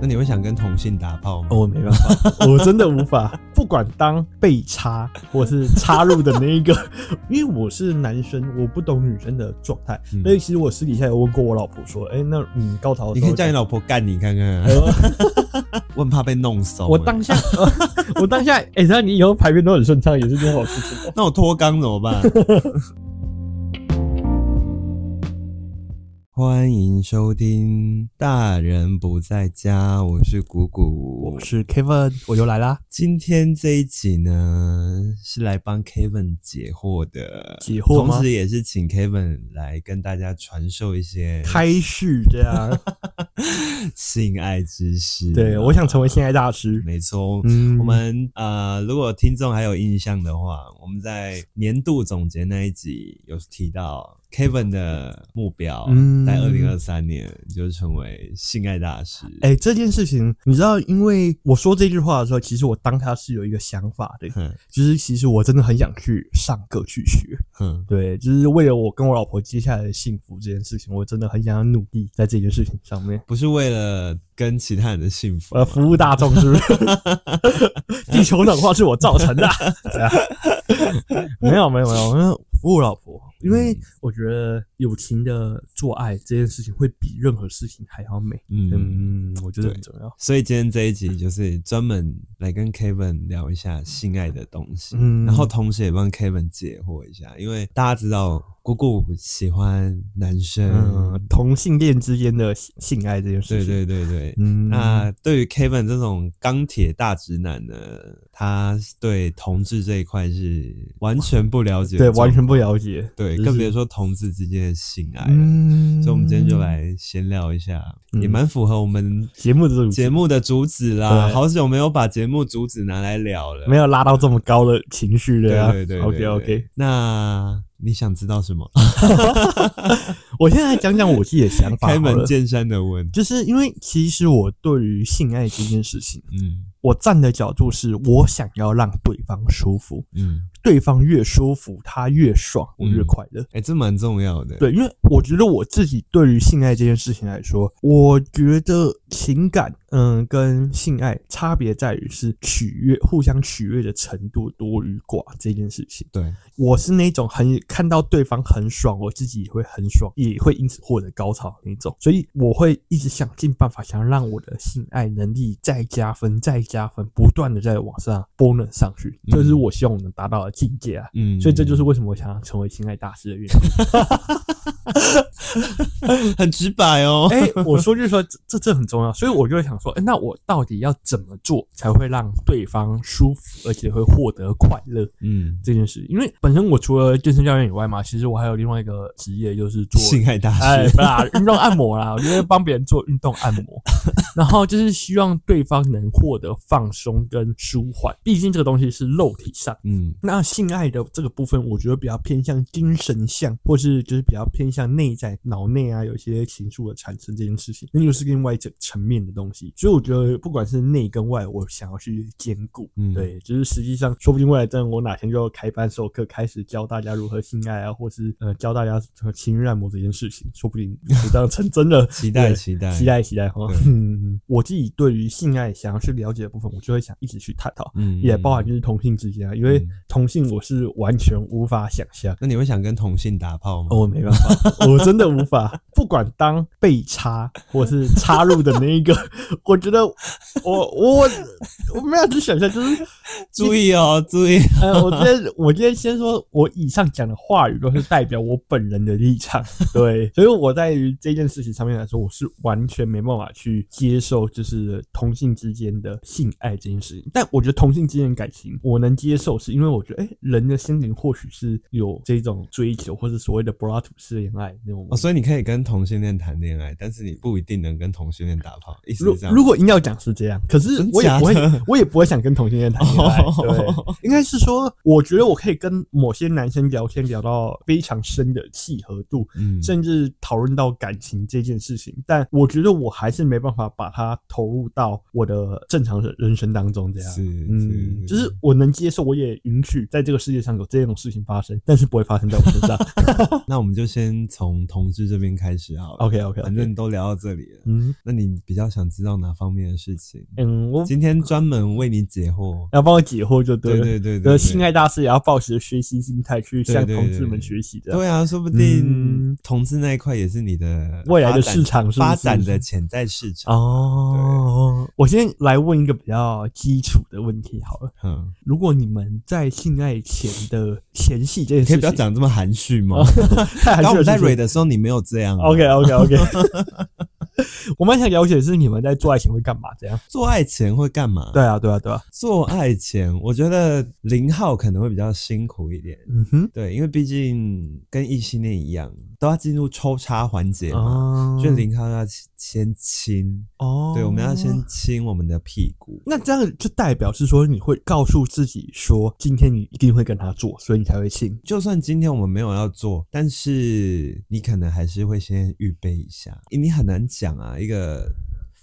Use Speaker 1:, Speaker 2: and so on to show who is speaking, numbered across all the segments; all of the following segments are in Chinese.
Speaker 1: 那你会想跟同性打炮吗？
Speaker 2: 哦我没办法，我真的无法，不管当被插或是插入的那一个，因为我是男生，我不懂女生的状态，
Speaker 1: 嗯
Speaker 2: 所以其实我私底下有问过我老婆说，哎、那你高潮的
Speaker 1: 你
Speaker 2: 时
Speaker 1: 可
Speaker 2: 候
Speaker 1: 以叫你老婆干你 看看啊、我很怕被弄怂欸、
Speaker 2: 我当下， 我当下，哎、那你以后排便都很顺畅，也是件好事情。
Speaker 1: 那我脱肛怎么 办？欢迎收听《大人不在家》，我是谷谷
Speaker 2: 我。是 Kevin，我又来啦，
Speaker 1: 今天这一集呢，是来帮 Kevin 解惑的，
Speaker 2: 解惑吗
Speaker 1: 同时也是请 Kevin 来跟大家传授一些
Speaker 2: 开市这 样，
Speaker 1: 性爱知识。
Speaker 2: 对我想成为性爱大师。
Speaker 1: 没错，
Speaker 2: 嗯
Speaker 1: 我们呃，如果听众还有印象的话，我们在年度总结那一集有提到 Kevin 的目标，
Speaker 2: 嗯
Speaker 1: 在二零二三年就成为性爱大师。
Speaker 2: 哎、这件事情你知道，因为我说这句话的时候，其实我当下是有一个想法的，
Speaker 1: 哼
Speaker 2: 就是其实我真的很想去上课去学，
Speaker 1: 哼，
Speaker 2: 对，就是为了我跟我老婆接下来的幸福这件事情，我真的很想要努力在这件事情上面，
Speaker 1: 不是为了跟其他人的幸福啊
Speaker 2: 呃，
Speaker 1: 吗，
Speaker 2: 服务大众是不是？ 地球暖化是我造成的啊， 啊没有没有没有，我要服务老婆，因为我觉得友情的做爱这件事情会比任何事情还要美，
Speaker 1: 嗯。
Speaker 2: 嗯，我觉得
Speaker 1: 对
Speaker 2: 很重要。
Speaker 1: 所以今天这一集就是专门来跟 Kevin 聊一下性爱的东西，
Speaker 2: 嗯
Speaker 1: 然后同时也帮 Kevin 解惑一下，因为大家知道姑姑喜欢男生，
Speaker 2: 嗯，同性恋之间的性性爱这件事
Speaker 1: 对
Speaker 2: 情。
Speaker 1: 对对对，
Speaker 2: 嗯，
Speaker 1: 那对于 Kevin 这种钢铁大直男呢，他对同志这一块是完全不了解的
Speaker 2: 对
Speaker 1: 状况，
Speaker 2: 完全不了解。
Speaker 1: 对，
Speaker 2: 就是
Speaker 1: 更别说同志之间的性爱了。
Speaker 2: 嗯，
Speaker 1: 所以，我们今天就来闲聊一下，
Speaker 2: 嗯
Speaker 1: 也蛮符合我们
Speaker 2: 节目的主题
Speaker 1: 节目的主旨啦。
Speaker 2: 对
Speaker 1: 好久没有把节目主旨拿来聊了，
Speaker 2: 嗯没有拉到这么高的情绪
Speaker 1: 对
Speaker 2: 的啊。
Speaker 1: 对对
Speaker 2: OK OK，。
Speaker 1: 那你想知道什么？
Speaker 2: 我现在讲讲我自己的想 法好
Speaker 1: 开
Speaker 2: 了。
Speaker 1: 门见山的问，
Speaker 2: 就是因为其实我对于性爱这件事情，
Speaker 1: 嗯
Speaker 2: 我站的角度是我想要让对方舒服，
Speaker 1: 嗯，
Speaker 2: 对方越舒服，他越爽，我越
Speaker 1: 嗯
Speaker 2: 快乐。
Speaker 1: 哎、这蛮重要的。
Speaker 2: 对，因为我觉得我自己对于性爱这件事情来说，我觉得情感，嗯，跟性爱差别在于是取悦，互相取悦的程度多与寡这件事情。
Speaker 1: 对，
Speaker 2: 我是那种很看到对方很爽，我自己也会很爽，也会因此获得高潮那种，所以我会一直想尽办法，想要让我的性爱能力再加分，再加分，不断的在往上 bonus 上去，这是
Speaker 1: 嗯
Speaker 2: 我希望我能达到的境界啊。
Speaker 1: 嗯，
Speaker 2: 所以这就是为什么我想要成为性爱大师的原因。
Speaker 1: 很直白哦。
Speaker 2: 哎、我说就是说，这这这很重要，所以我就会想说，哎、那我到底要怎么做才会让对方舒服，而且会获得快乐
Speaker 1: 嗯，
Speaker 2: 这件事？因为本身我除了健身教练以外嘛，其实我还有另外一个职业，就是做
Speaker 1: 性爱大师。
Speaker 2: 哎，不啦，运动按摩啦，我就会帮别人做运动按摩，然后就是希望对方能获得放松跟舒缓，毕竟这个东西是肉体上。
Speaker 1: 嗯
Speaker 2: 那性爱的这个部分，我觉得比较偏向精神向，或是就是比较偏向内在脑内啊，有一些情愫的产生这件事情，那又是另外一个层面的东西。所以我觉得不管是内跟外，我想要去兼顾。
Speaker 1: 嗯
Speaker 2: 对，就是实际上，说不定未来真的我哪天就开班授课，开始教大家如何性爱啊，或是呃教大家呃情欲按摩这件事情，说不定就这样成真 了。
Speaker 1: 期待
Speaker 2: 对
Speaker 1: 期待
Speaker 2: 期待期待哈
Speaker 1: 对。
Speaker 2: 嗯，我自己对于性爱想要去了解的部分，我就会想一直去探讨。
Speaker 1: 嗯
Speaker 2: 也包含就是同性之间啊，因为
Speaker 1: 嗯
Speaker 2: 同性我是完全无法想象，
Speaker 1: 那你会想跟同性打炮吗？
Speaker 2: 哦，我没办法，我真的无法，不管当被插或是插入的那一个， 我觉得我我我没有去想象，就是
Speaker 1: 注意哦，注意，
Speaker 2: 呃，我今天我今天先说，我以上讲的话语都是代表我本人的立场，对，所以我在于这件事情上面来说，我是完全没办法去接受，就是同性之间的性爱这件事情。但我觉得同性之间的感情，我能接受，是因为我觉得，哎、人的心灵或许是有这种追求，或者所谓的柏拉图式恋爱那种
Speaker 1: 哦，。所以你可以跟同性恋谈恋爱，但是你不一定能跟同性恋打炮，意思
Speaker 2: 如
Speaker 1: 是这样吗。
Speaker 2: 如果硬要讲是这样，可是
Speaker 1: 真
Speaker 2: 我也
Speaker 1: 假
Speaker 2: 不会
Speaker 1: 的，
Speaker 2: 我也不会想跟同性恋谈恋
Speaker 1: 哦
Speaker 2: 爱。对，应该是说，我觉得我可以跟某些男生聊天聊到非常深的契合度，
Speaker 1: 嗯
Speaker 2: 甚至讨论到感情这件事情，但我觉得我还是没办法把它投入到我的正常的人生当中。这样，
Speaker 1: 是
Speaker 2: 嗯，
Speaker 1: 是
Speaker 2: 就是我能接受，我也允许在这个世界 上有这种事情发生，但是不会发生在我身上。
Speaker 1: 那我们就先从同志这边开事好了。
Speaker 2: OK OK，
Speaker 1: 反正都聊到这里了，
Speaker 2: 哦嗯
Speaker 1: 那你比较想知道哪方面的事情？
Speaker 2: 嗯，我
Speaker 1: 今天专门为你解惑。
Speaker 2: 要帮我解惑就
Speaker 1: 对
Speaker 2: 了。
Speaker 1: 对对
Speaker 2: 呃，
Speaker 1: 对，
Speaker 2: 性爱大师也要抱持学习心态去向
Speaker 1: 对对
Speaker 2: 同
Speaker 1: 对
Speaker 2: 志们
Speaker 1: 对
Speaker 2: 学习的。
Speaker 1: 对啊，说不定
Speaker 2: 嗯
Speaker 1: 同志那一块也是你的
Speaker 2: 未来
Speaker 1: 发
Speaker 2: 的
Speaker 1: 展
Speaker 2: 市场是不
Speaker 1: 发
Speaker 2: 是
Speaker 1: 展的潜在市场。
Speaker 2: 哦，我先来问一个比较基础的问题好了。
Speaker 1: 嗯，
Speaker 2: 如果你们在性爱前的前戏这件事
Speaker 1: 可以
Speaker 2: 情，哦
Speaker 1: 不要讲这么含蓄吗？
Speaker 2: 太含
Speaker 1: 当我们
Speaker 2: 蓄了
Speaker 1: 在
Speaker 2: 是不是
Speaker 1: 蕊的时候，你没有这样啊。
Speaker 2: OK 哦 OK OK，我蛮想了解的是你们在做爱前会干嘛？这样？
Speaker 1: 做爱前会干嘛？
Speaker 2: 对，啊对啊对啊，
Speaker 1: 做爱前，我觉得零号可能会比较辛苦一点。
Speaker 2: 嗯哼，
Speaker 1: 对，因为毕竟跟异性恋一样，都要进入抽插环节嘛。
Speaker 2: 哦
Speaker 1: 所以零号要先亲，
Speaker 2: 哦，
Speaker 1: 对，我们要先。亲我们的屁股。
Speaker 2: 那这样就代表是说，你会告诉自己说，今天你一定会跟他做，所以你才会信。
Speaker 1: 就算今天我们没有要做，但是你可能还是会先预备一下，你很难讲啊，一个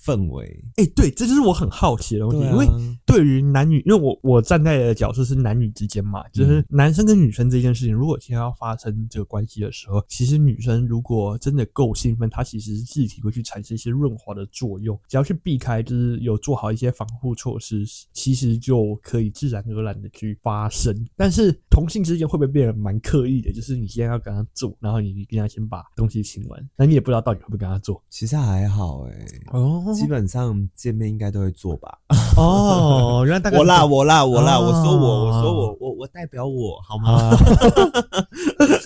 Speaker 1: 氛围。
Speaker 2: 哎、对，这就是我很好奇的东西，
Speaker 1: 对啊，
Speaker 2: 因为对于男女，因为我我站在的角色是男女之间嘛，就是男生跟女生这件事情，如果今天要发生这个关系的时候，其实女生如果真的够兴奋，她其实自体会去产生一些润滑的作用，只要去避开，就是有做好一些防护措施，其实就可以自然而然的去发生。但是同性之间会不会变得蛮刻意的？就是你今天要跟他做，然后你跟他先把东西亲完，那你也不知道到底会不会跟他做
Speaker 1: 其实还好哎、
Speaker 2: 哦
Speaker 1: 基本上见面应该都会做吧。
Speaker 2: 哦，原来大概
Speaker 1: 我啦，
Speaker 2: 是
Speaker 1: 我啦，我啦，
Speaker 2: 啊
Speaker 1: 我说我，我说我，我我代表我好吗？
Speaker 2: 啊，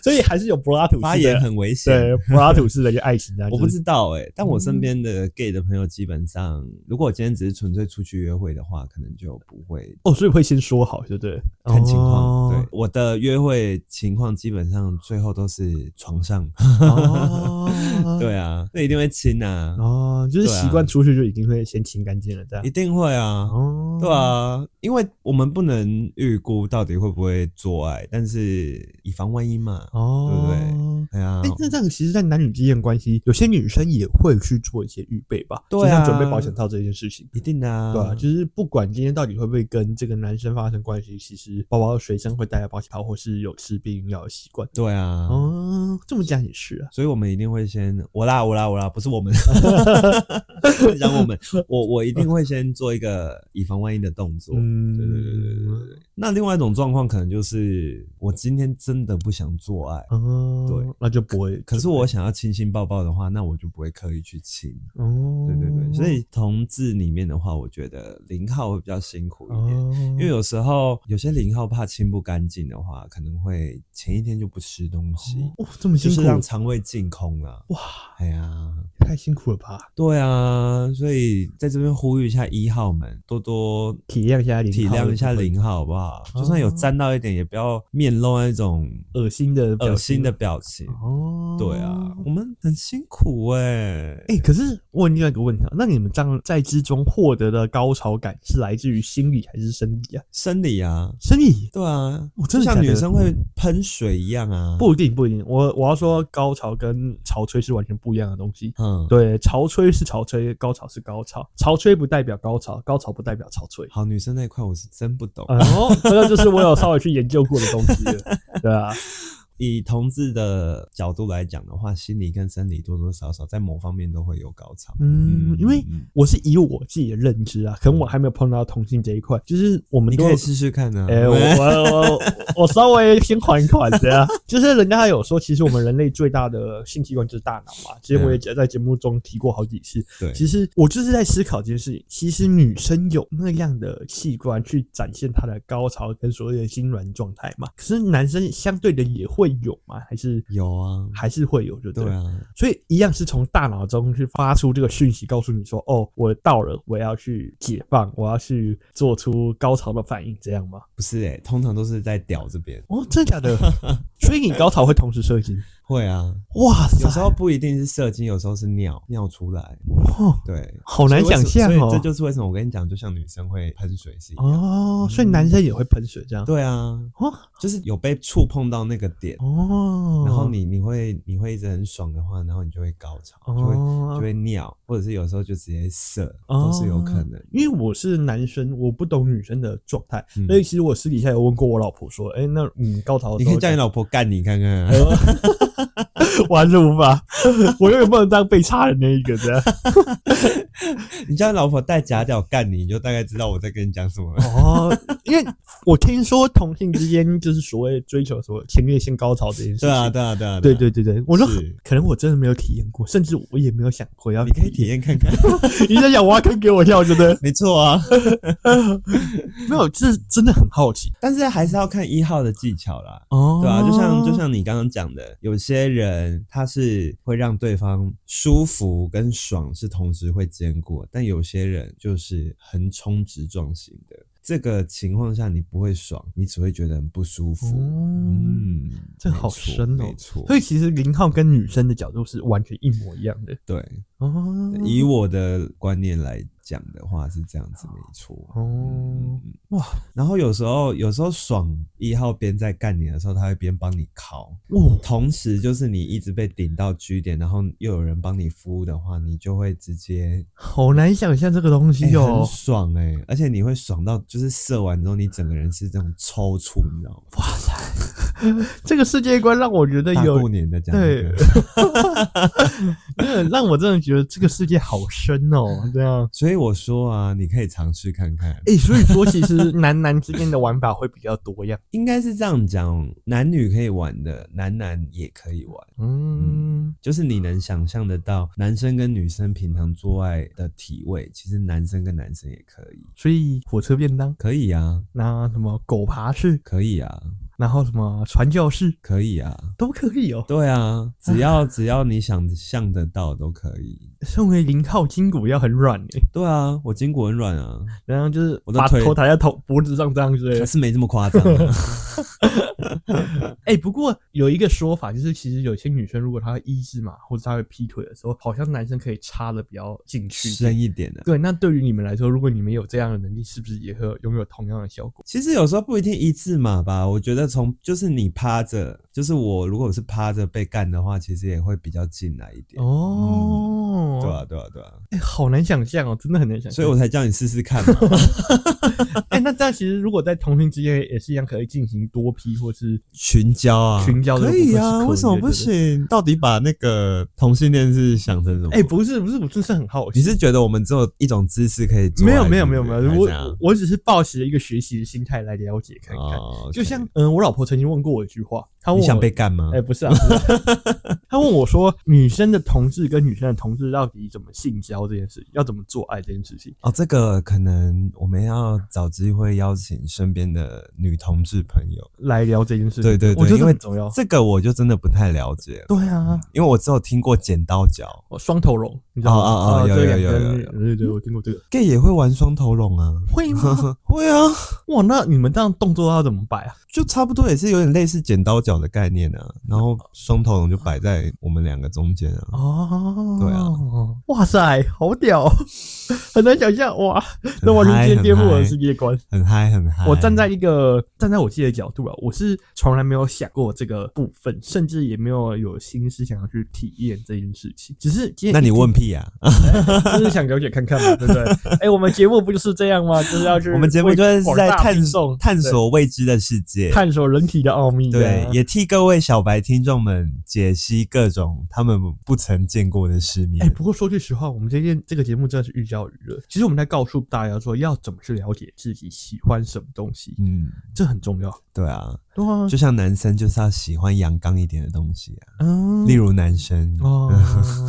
Speaker 2: 所以还是有柏拉图式的
Speaker 1: 发言很危险。
Speaker 2: 对柏拉图式的一个 爱情这样，
Speaker 1: 我不
Speaker 2: 就是
Speaker 1: 知道哎、但我身边的 gay 的朋友基本
Speaker 2: 嗯
Speaker 1: 上，如果我今天只是纯粹出去约会的话，可能就不会
Speaker 2: 哦，所以会先说好，对不对？
Speaker 1: 看情况。
Speaker 2: 哦
Speaker 1: 对，我的约会情况基本上最后都是床上。，
Speaker 2: 哦
Speaker 1: 对啊，那一定会亲啊，
Speaker 2: 哦，就是
Speaker 1: 对啊
Speaker 2: 习惯出去就已经会先清干净了，这样
Speaker 1: 一定会啊。
Speaker 2: 哦，
Speaker 1: 对啊，因为我们不能预估到底会不会做爱，但是以防万一嘛。
Speaker 2: 哦，
Speaker 1: 对不对哎呀，
Speaker 2: 哎，那这样其实，在男女之间的关系，有些女生也会去做一些预备吧，
Speaker 1: 对
Speaker 2: 就像
Speaker 1: 啊
Speaker 2: 准备保险套这件事情。
Speaker 1: 一定的啊，
Speaker 2: 对啊，就是不管今天到底会不会跟这个男生发生关系，其实包包随身会带保险套，或是有吃避孕药的习惯。
Speaker 1: 对啊，
Speaker 2: 哦，这么讲也是啊。
Speaker 1: 所以我们一定会先我啦我啦我啦，不是 我们，讲我们，我我一定会先做一个以防万一的动作。
Speaker 2: 嗯，
Speaker 1: 对对对对对对。那另外一种状况可能就是我今天真的不想做爱，
Speaker 2: 哦，
Speaker 1: 对，
Speaker 2: 那就不会。
Speaker 1: 可是我想要亲亲抱抱的话，那我就不会刻意去亲。
Speaker 2: 哦，
Speaker 1: 对对对，所以同志里面的话，我觉得零号会比较辛苦一点。
Speaker 2: 哦，
Speaker 1: 因为有时候有些零号怕清不干净的话，可能会前一天就不吃东西，
Speaker 2: 哦这么
Speaker 1: 就
Speaker 2: 辛
Speaker 1: 是
Speaker 2: 苦，
Speaker 1: 让肠胃净空啊。
Speaker 2: 哇，
Speaker 1: 哎呀，
Speaker 2: 太辛苦了吧？
Speaker 1: 对啊，所以在这边呼吁一下一号们，多多
Speaker 2: 体谅一下零号
Speaker 1: 体
Speaker 2: 的部分，哦
Speaker 1: 谅一下零号，好不好？就算有沾到一点，也不要面露那种
Speaker 2: 恶心的表
Speaker 1: 恶
Speaker 2: 情
Speaker 1: 心的表情。
Speaker 2: 哦，
Speaker 1: 对啊，我们很辛苦哎、
Speaker 2: 哎、可是我问另外一个问题啊，那你们这样在之中获得的高潮感是来自于心理还是生理啊？
Speaker 1: 生理啊，
Speaker 2: 生理
Speaker 1: 对啊，
Speaker 2: 哦
Speaker 1: 就
Speaker 2: 真的
Speaker 1: 像
Speaker 2: 假的
Speaker 1: 女生会喷水一样啊。，
Speaker 2: 不一定，不一定。我我要说高潮跟潮吹是完全不一样的东西。
Speaker 1: 嗯，
Speaker 2: 对，潮吹是潮吹，高潮是高潮。潮吹不代表高潮，高潮不代表潮吹。
Speaker 1: 好，女生那一块我是真不懂。
Speaker 2: 哦，这个就是我有稍微去研究过的东 西了，对啊，
Speaker 1: 以同志的角度来讲的话，心理跟生理多多少少在某方面都会有高潮。
Speaker 2: 嗯，因为
Speaker 1: 嗯
Speaker 2: 我是以我自己的认知啊，可能我还没有碰到同性这一块，就是我们
Speaker 1: 你
Speaker 2: 都
Speaker 1: 可以试试看啊。
Speaker 2: 哎、 我我我我稍微先缓一缓的啊，就是人家有说，其实我们人类最大的性器官就是大脑嘛，其实我也
Speaker 1: 嗯
Speaker 2: 在节目中提过好几次。
Speaker 1: 对，
Speaker 2: 其实我就是在思考这件事情，其实女生有那样的器官去展现她的高潮跟所谓的痉挛状态嘛，可是男生相对的也会有嘛，还是
Speaker 1: 有啊，
Speaker 2: 还是会有，就对
Speaker 1: 对
Speaker 2: 了。
Speaker 1: 啊，
Speaker 2: 所以一样是从大脑中去发出这个讯息，告诉你说：“哦，我到了，我要去解放，我要去做出高潮的反应，这样吗
Speaker 1: 不是哎、通常都是在屌这边？”。
Speaker 2: 哦，真的假 的？所以你高潮会同时射精？
Speaker 1: 会啊，
Speaker 2: 哇塞
Speaker 1: 有时，候不一定是射精，有时候是尿尿出来。
Speaker 2: 哦
Speaker 1: 对，
Speaker 2: 好难想
Speaker 1: 所
Speaker 2: 象
Speaker 1: 以为什么所以这
Speaker 2: 哦。
Speaker 1: 就是为什么我跟你讲，就像女生会喷水是一样。
Speaker 2: 哦，所以男生也会喷水这样。
Speaker 1: 对啊，
Speaker 2: 哦
Speaker 1: 就是有被触碰到那个点，
Speaker 2: 哦，
Speaker 1: 然后你你会你会一直很爽的话，然后你就会高潮，就会就
Speaker 2: 哦，
Speaker 1: 会尿，或者是有时候就直接射，
Speaker 2: 哦
Speaker 1: 都是有可能。
Speaker 2: 因为我是男生，我不懂女生的状态，
Speaker 1: 嗯
Speaker 2: 所以其实我私底下有问过我老婆说：“哎，那你高潮的
Speaker 1: 你
Speaker 2: 时候
Speaker 1: 可以叫你老婆干你看看啊、
Speaker 2: 呃 完全无 法，我永远不能当被插的那一个，这样。
Speaker 1: 你叫老婆带假屌干你，你就大概知道我在跟你讲什么了。
Speaker 2: 哦，因为我听说同性之间就是所谓追求所谓前列腺高潮这件事
Speaker 1: 对
Speaker 2: 情。
Speaker 1: 啊，对啊，对啊，
Speaker 2: 对
Speaker 1: 啊
Speaker 2: 对对对，我说
Speaker 1: 是
Speaker 2: 可能我真的没有体验过，甚至我也没有想过要
Speaker 1: 你可以体验看 看。
Speaker 2: 验。 你在想挖坑给我跳，真的
Speaker 1: 没错啊，
Speaker 2: 没有，这真的很好奇
Speaker 1: 但是还是要看一号的技巧啦。
Speaker 2: 哦
Speaker 1: 对啊，就像就像你刚刚讲的，有些人他是会让对方舒服跟爽是同时会兼顾，但有些人就是横冲直撞型的。这个情况下你不会爽，你只会觉得很不舒服。
Speaker 2: 嗯，
Speaker 1: 嗯，
Speaker 2: 这
Speaker 1: 没
Speaker 2: 好
Speaker 1: 错
Speaker 2: 深哦
Speaker 1: 没错
Speaker 2: 所。以其实零号跟女生的角度是完全一模一样的
Speaker 1: 对，
Speaker 2: 哦
Speaker 1: 以我的观念来讲的话是这样子，没错。
Speaker 2: 哦，
Speaker 1: 然后有时候有时候爽一号边在干你的时候，他会边帮你敲。
Speaker 2: 哇，
Speaker 1: 同时就是你一直被顶到居点，然后又有人帮你服务的话，你就会直接、
Speaker 2: 好难想象这个东
Speaker 1: 哎
Speaker 2: 西
Speaker 1: 很
Speaker 2: 哦。
Speaker 1: 爽哎、而且你会爽到就是射完之后，你整个人是这种抽搐，你知道吗？
Speaker 2: 这个世界观让我觉得
Speaker 1: 大过
Speaker 2: 有，
Speaker 1: 年的讲这个，
Speaker 2: 真的让我真的觉得这个世界好深 哦，这样。
Speaker 1: 所以我说啊，你可以尝试看看，
Speaker 2: 哎、所以说其实男男之间的玩法会比较多样。
Speaker 1: 应该是这样讲，男女可以玩的，男男也可以玩。
Speaker 2: 嗯，
Speaker 1: 就是你能想象得到，男生跟女生平常做爱的体位，其实男生跟男生也可以，
Speaker 2: 所以火车便当，
Speaker 1: 可以啊，
Speaker 2: 那什么狗爬式，
Speaker 1: 可以啊，
Speaker 2: 然后什么传教士
Speaker 1: 可以啊，
Speaker 2: 都可以 哦。
Speaker 1: 对啊，只要只要你想象得到都可以。
Speaker 2: 身为零号筋骨要很软诶、
Speaker 1: 对啊，我筋骨很软啊，
Speaker 2: 然后就是
Speaker 1: 我的
Speaker 2: 把
Speaker 1: 腿
Speaker 2: 头抬在头脖子上这样之类
Speaker 1: 可
Speaker 2: 的。
Speaker 1: 是没这么夸张啊、
Speaker 2: 哎、不过有一个说法就是，其实有些女生如果她会一字马或者她会劈腿的时候，好像男生可以插的比较进去一点。
Speaker 1: 深一点啊的、
Speaker 2: 对，那对于你们来说，如果你们有这样的能力，是不是也会有拥有同样的效果？
Speaker 1: 其实有时候不一定一字马吧，我觉得从就是你趴着，就是我如果是趴着被干的话，其实也会比较进来一点。
Speaker 2: 哦，
Speaker 1: 嗯对啊，对啊，对啊，
Speaker 2: 哎、好难想象哦，真的很难想象。
Speaker 1: 所以我才叫你试试看嘛。
Speaker 2: 哎、那这样其实如果在同性之间也是一样，可以进行多批或是
Speaker 1: 群交啊，
Speaker 2: 群交这个
Speaker 1: 可
Speaker 2: 部分
Speaker 1: 以
Speaker 2: 是可以
Speaker 1: 啊，
Speaker 2: 的
Speaker 1: 为什么不行？到底把那个同性恋是想成什么？
Speaker 2: 哎、不是不是，我真是很好
Speaker 1: 你
Speaker 2: 奇。
Speaker 1: 是觉得我们只有一种姿势可以做
Speaker 2: 没
Speaker 1: 爱？
Speaker 2: 有没有没
Speaker 1: 对
Speaker 2: 有
Speaker 1: 不
Speaker 2: 没
Speaker 1: 对还
Speaker 2: 有，
Speaker 1: 是怎样
Speaker 2: 我我只是抱持一个学习的心态来了解看看。
Speaker 1: 哦
Speaker 2: 就
Speaker 1: OK
Speaker 2: 像嗯，我老婆曾经问过我一句话，她问
Speaker 1: 你
Speaker 2: 我
Speaker 1: 想被干吗
Speaker 2: 哎、？不是啊，不是 啊她问我说，女生的同志跟女生的同志到底怎么性交这件事情，要怎么做爱这件事情？
Speaker 1: 哦，这个可能我们要找机会邀请身边的女同志朋友。
Speaker 2: 来聊这件事情，
Speaker 1: 对对
Speaker 2: 我
Speaker 1: 对，
Speaker 2: 觉
Speaker 1: 因
Speaker 2: 得
Speaker 1: 为
Speaker 2: 很重要。
Speaker 1: 这个我就真的不太了解了，
Speaker 2: 哦对啊，
Speaker 1: 因为我只有听过剪刀脚
Speaker 2: 哦双头龙，你知道吗？
Speaker 1: 哦哦哦
Speaker 2: 啊
Speaker 1: 有
Speaker 2: 这
Speaker 1: 有
Speaker 2: 两
Speaker 1: 有有
Speaker 2: 个人
Speaker 1: 有
Speaker 2: 对对对，我听过这个。
Speaker 1: ，gay 也会玩双头龙啊，
Speaker 2: 会吗？
Speaker 1: 会啊，
Speaker 2: 哇，那你们这样动作要怎么摆啊？
Speaker 1: 就差不多也是有点类似剪刀脚的概念啊，然后双头龙就摆在我们两个中间 啊，
Speaker 2: 哦，
Speaker 1: 对啊，
Speaker 2: 哇塞，好屌，哦 很难想象哇，那完全
Speaker 1: 很嗨
Speaker 2: 颠颠覆我的世界观。
Speaker 1: 很嗨很嗨。
Speaker 2: 我站在一个站在我自己的角度啊，我是从来没有想过这个部分，甚至也没有有心思想要去体验这件事情。只是今天
Speaker 1: 那你
Speaker 2: 一听
Speaker 1: 问，屁啊？
Speaker 2: 就是想了解看看嘛，对 不对？哎、我们节目不就是这样吗？就是要去
Speaker 1: 我们节目
Speaker 2: 为
Speaker 1: 就是
Speaker 2: 广
Speaker 1: 在
Speaker 2: 大
Speaker 1: 探
Speaker 2: 听
Speaker 1: 索
Speaker 2: 众
Speaker 1: 探
Speaker 2: 对
Speaker 1: 索未知的世界。
Speaker 2: 探索人体的奥秘这
Speaker 1: 对
Speaker 2: 样啊，，
Speaker 1: 也替各位小白听众们解析各种他们不曾见过的世面。
Speaker 2: 哎、不过说句实话，我们这件这个节目真的是寓教于乐。其实我们在告诉大家说，要怎么去了解自己喜欢什么东西，
Speaker 1: 嗯，
Speaker 2: 这很重要。
Speaker 1: 对啊，
Speaker 2: 对啊，
Speaker 1: 就像男生就是要喜欢阳刚一点的东西啊，
Speaker 2: 嗯
Speaker 1: 例，如男生。
Speaker 2: 哦，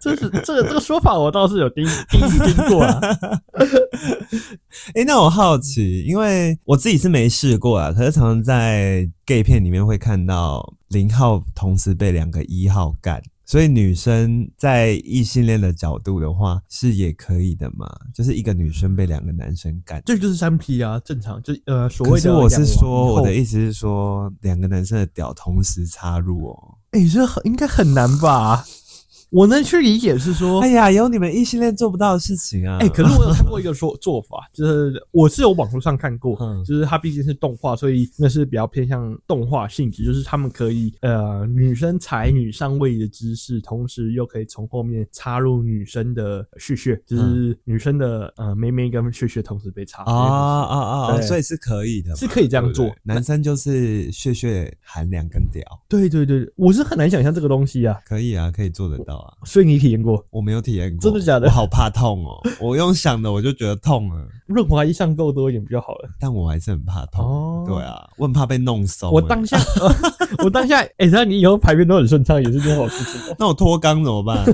Speaker 2: 这是这个这个说法，我倒是有第一第一次听 过啊。
Speaker 1: 哎、那我好奇，因为我自己是没试过啊，可是常常在 gay 片里面会看到零号同时被两个一号干。所以女生在异性恋的角度的话，是也可以的嘛？就是一个女生被两个男生干，
Speaker 2: 这 就是三 P 啊，正常，就呃所
Speaker 1: 可
Speaker 2: 谓
Speaker 1: 是
Speaker 2: 的。
Speaker 1: 我是说，我的，意思是说，两个男生的屌同时插入哦。
Speaker 2: 哎、这很应该很难吧？我能去理解是说，
Speaker 1: 哎呀，有你们异性恋做不到的事情啊！
Speaker 2: 哎、可是我有看过一个说做法，就是我是有网络上看过，
Speaker 1: 嗯
Speaker 2: 就是它毕竟是动画，所以那是比较偏向动画性质，就是他们可以呃女生才女上位的知识，同时又可以从后面插入女生的血血，就是女生的呃妹妹跟血血同时被插
Speaker 1: 啊啊啊！啊
Speaker 2: 对
Speaker 1: 所以是可以的嘛，
Speaker 2: 是可以这样做
Speaker 1: 对不对男生就是血血含两根屌，
Speaker 2: 对对对，我是很难想象这个东西啊，
Speaker 1: 可以啊，可以做得到啊。
Speaker 2: 所以你体验过
Speaker 1: 我没有体验过，
Speaker 2: 真的假的
Speaker 1: 我好怕痛哦，我用想的我就觉得痛了，
Speaker 2: 润滑液上够多一点比较好了。
Speaker 1: 但我还是很怕痛。
Speaker 2: 哦
Speaker 1: 对啊，我很怕被弄松、
Speaker 2: 我
Speaker 1: 哎
Speaker 2: 当下，哦 我当下，哎、那你以后排便都很顺畅，也是件好事情哦。
Speaker 1: 那我脱肛怎么 办？